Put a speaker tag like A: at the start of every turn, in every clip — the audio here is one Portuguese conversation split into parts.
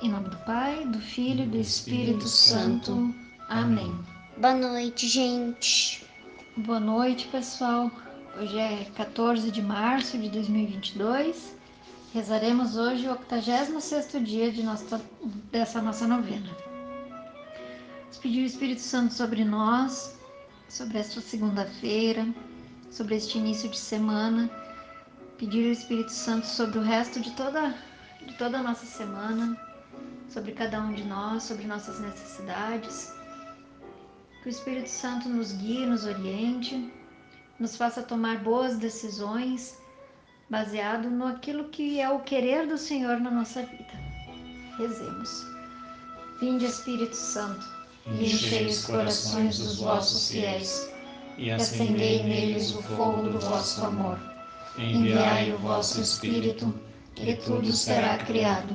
A: Em nome do Pai, do Filho e do Espírito Santo. Amém.
B: Boa noite, gente.
A: Boa noite, pessoal. Hoje é 14 de março de 2022. Rezaremos hoje o 86º dia de nossa, dessa nossa novena. Vamos pedir o Espírito Santo sobre nós, sobre esta segunda-feira, sobre este início de semana. Pedir o Espírito Santo sobre o resto de toda, de toda a nossa semana, sobre cada um de nós, sobre nossas necessidades. Que o Espírito Santo nos guie, nos oriente, nos faça tomar boas decisões, baseado no aquilo que é o querer do Senhor na nossa vida. Rezemos. Vinde Espírito Santo, e enchei os corações dos vossos fiéis,
C: e
A: e acendei neles o fogo do vosso amor. Enviai o vosso Espírito, e tudo será criado,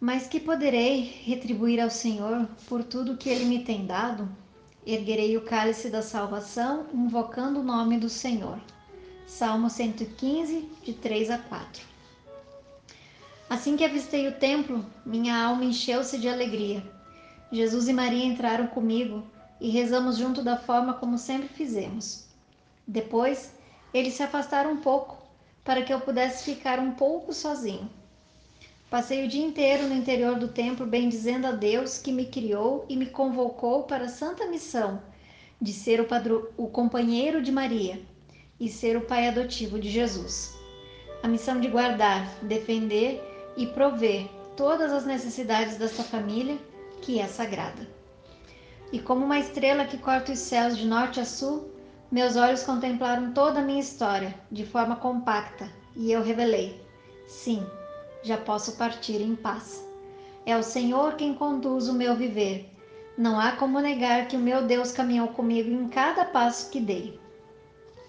A: Mas que poderei retribuir ao Senhor por tudo que ele me tem dado? Erguerei o cálice da salvação, invocando o nome do Senhor. Salmo 115, de 3 a 4. Assim que avistei o templo, minha alma encheu-se de alegria. Jesus e Maria entraram comigo e rezamos junto da forma como sempre fizemos. Depois, eles se afastaram um pouco para que eu pudesse ficar um pouco sozinho. Passei o dia inteiro no interior do templo, bendizendo a Deus que me criou e me convocou para a santa missão de ser o, padro- o companheiro de Maria e ser o pai adotivo de Jesus. A missão de guardar, defender e prover todas as necessidades dessa família que é sagrada. E como uma estrela que corta os céus de norte a sul, meus olhos contemplaram toda a minha história de forma compacta e eu revelei: sim, já posso partir em paz. É o Senhor quem conduz o meu viver. Não há como negar que o meu Deus caminhou comigo em cada passo que dei.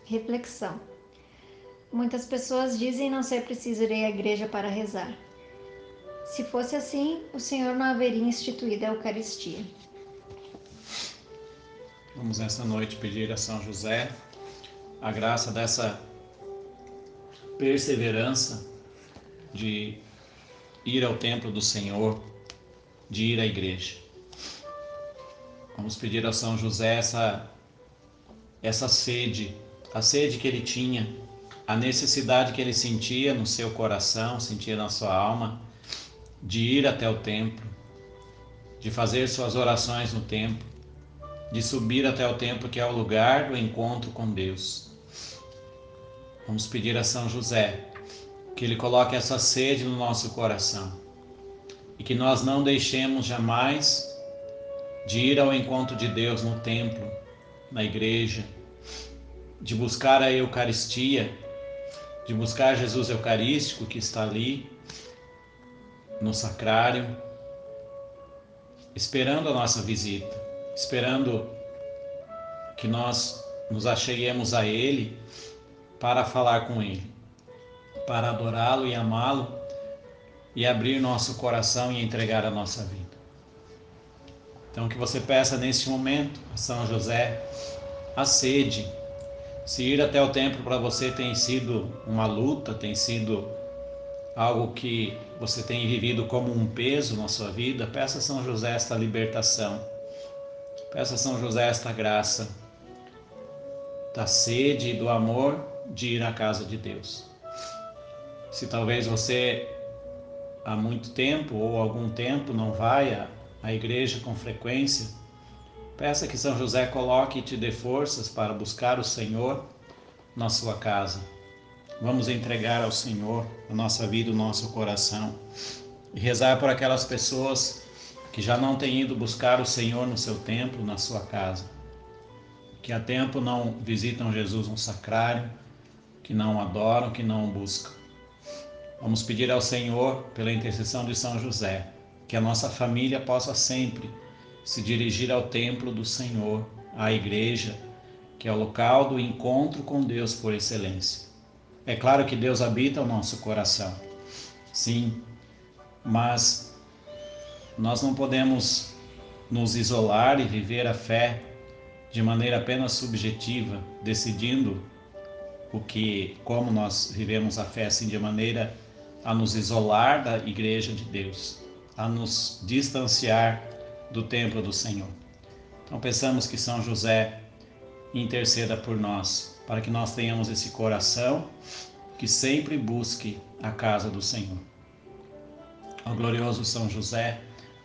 A: Reflexão: Muitas pessoas dizem não ser preciso ir à igreja para rezar. Se fosse assim, o Senhor não haveria instituído a Eucaristia.
C: Vamos nessa noite pedir a São José a graça dessa perseverança de ir ao templo do Senhor, de ir à igreja. Vamos pedir a São José essa essa sede, a sede que ele tinha, a necessidade que ele sentia no seu coração, sentia na sua alma de ir até o templo, de fazer suas orações no templo de subir até o templo que é o lugar do encontro com Deus. Vamos pedir a São José que ele coloque essa sede no nosso coração e que nós não deixemos jamais de ir ao encontro de Deus no templo, na igreja, de buscar a Eucaristia, de buscar Jesus Eucarístico que está ali no sacrário, esperando a nossa visita esperando que nós nos acheguemos a Ele para falar com Ele, para adorá-lo e amá-lo e abrir nosso coração e entregar a nossa vida. Então, que você peça neste momento a São José a sede. Se ir até o templo para você tem sido uma luta, tem sido algo que você tem vivido como um peso na sua vida, peça a São José esta libertação. Peça a São José esta graça da sede e do amor de ir à casa de Deus. Se talvez você há muito tempo ou algum tempo não vai à, à igreja com frequência, peça que São José coloque e te dê forças para buscar o Senhor na sua casa. Vamos entregar ao Senhor a nossa vida, o nosso coração e rezar por aquelas pessoas que já não tem ido buscar o Senhor no seu templo, na sua casa, que há tempo não visitam Jesus no sacrário, que não adoram, que não o buscam. Vamos pedir ao Senhor, pela intercessão de São José, que a nossa família possa sempre se dirigir ao templo do Senhor, à igreja, que é o local do encontro com Deus por excelência. É claro que Deus habita o nosso coração, sim, mas nós não podemos nos isolar e viver a fé de maneira apenas subjetiva, decidindo o que, como nós vivemos a fé assim de maneira a nos isolar da igreja de Deus, a nos distanciar do templo do Senhor. Então pensamos que São José interceda por nós, para que nós tenhamos esse coração que sempre busque a casa do Senhor. Ó glorioso São José,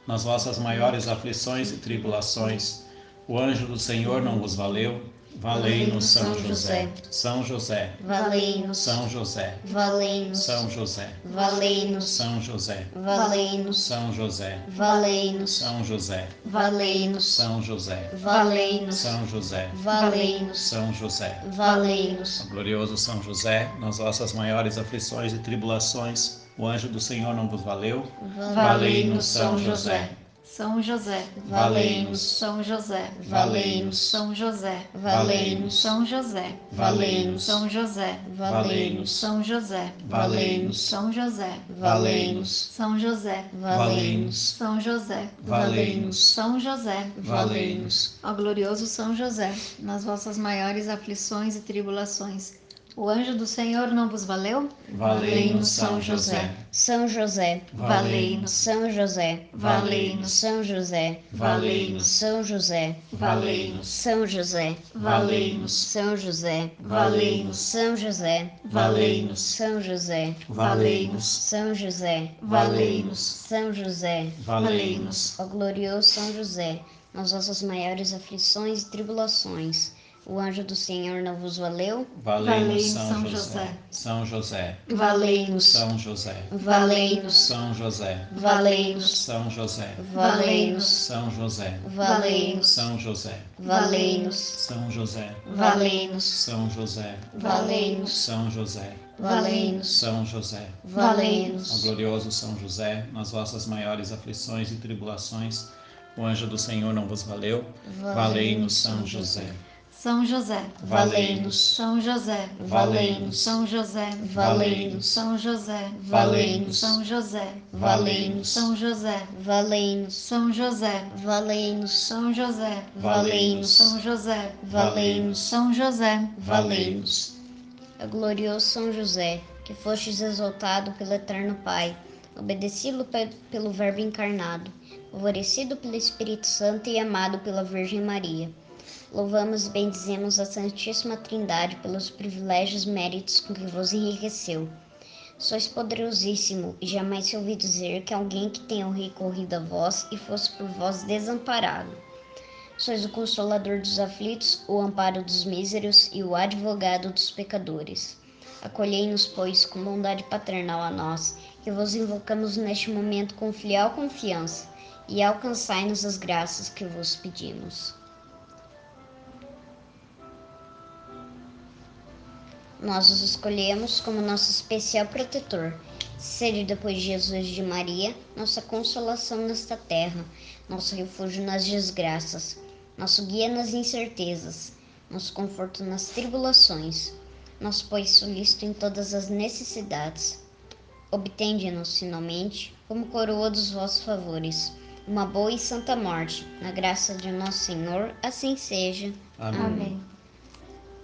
C: nas vossas maiores aflições e tribulações, o anjo do Senhor não vos valeu. Valei-nos, São José. São José.
B: valei-nos,
C: São José.
B: valei-nos,
C: São José.
B: valei-nos,
C: São José.
B: valei-nos,
C: São José.
B: valei-nos,
C: São José.
B: valei-nos,
C: São José.
B: valei-nos,
C: São José.
B: valei-nos,
C: São José.
B: valei-nos,
C: Ó glorioso São José, nas vossas maiores aflições e tribulações, o anjo do Senhor não vos valeu.
B: valei-nos, São José,
A: São José,
C: Valei-nos.
A: São José,
C: Valei-nos.
A: São José,
B: valei-nos,
A: São José,
C: Valei-nos.
A: São José,
B: valei-nos,
A: São José,
C: Valei-nos.
A: São José,
B: valei-nos,
A: São José,
C: Valei-nos.
A: São José,
C: Valei-nos.
A: São José,
C: Valei-nos.
A: Ó glorioso São José, nas vossas maiores aflições e tribulações, o anjo do Senhor não vos valeu?
C: Valei-nos, São José.
B: São José,
A: Valei-nos.
B: São José,
A: Valei-nos.
B: São José,
C: Valei-nos.
B: São José,
C: Valei-nos.
B: São José,
A: Valei-nos.
B: São José,
C: Valei-nos.
B: São José,
C: Valei-nos.
B: São José,
C: Valei-nos.
B: São
C: Valei-nos.
B: José, São José,
C: Valei-nos.
B: Ó glorioso São José, nas vossas maiores aflições e tribulações, o anjo do Senhor não vos valeu?
A: Valei-nos,
C: Valei-nos, São
A: São
C: José.
A: José.
C: São José.
B: Valei-nos,
C: São José.
B: valei-nos,
C: São José.
B: valei-nos,
C: São José.
B: valei-nos,
C: São José.
B: valei-nos,
C: São José.
B: valei-nos,
C: São José.
B: valei-nos,
C: São José.
B: valei-nos,
C: São José. São
B: valei-nos,
C: José. Ó
B: valei-nos,
C: glorioso São José, nas vossas maiores aflições e tribulações, o anjo do Senhor não vos valeu. Valei-nos, São José.
A: São José,
C: Valei-nos.
A: São José,
C: Valei-nos.
A: São José,
C: Valei-nos.
A: São José,
C: Valei-nos.
A: São José,
C: Valei-nos.
A: São José,
B: valei-nos,
A: São José,
B: valei-nos,
A: São José, São José,
C: Valei-nos.
B: valei-nos,
A: São José,
C: Valei-nos.
B: Ó glorioso São José, que fostes exaltado pelo eterno Pai, obedecido pe- pelo Verbo encarnado, favorecido pelo Espírito Santo e amado pela Virgem Maria. Louvamos e bendizemos a Santíssima Trindade pelos privilégios e méritos com que vos enriqueceu. Sois poderosíssimo, e jamais se ouviu dizer que alguém que tenha recorrido a vós e fosse por vós desamparado. Sois o consolador dos aflitos, o amparo dos míseros e o advogado dos pecadores. Acolhei-nos, pois, com bondade paternal a nós, que vos invocamos neste momento com fiel confiança, e alcançai-nos as graças que vos pedimos. Nós os escolhemos como nosso especial protetor, ser depois de Jesus de Maria, nossa consolação nesta terra, nosso refúgio nas desgraças, nosso guia nas incertezas, nosso conforto nas tribulações, nosso pois solícito em todas as necessidades. Obtende-nos, finalmente, como coroa dos vossos favores, uma boa e santa morte, na graça de nosso Senhor, assim seja.
C: Amém.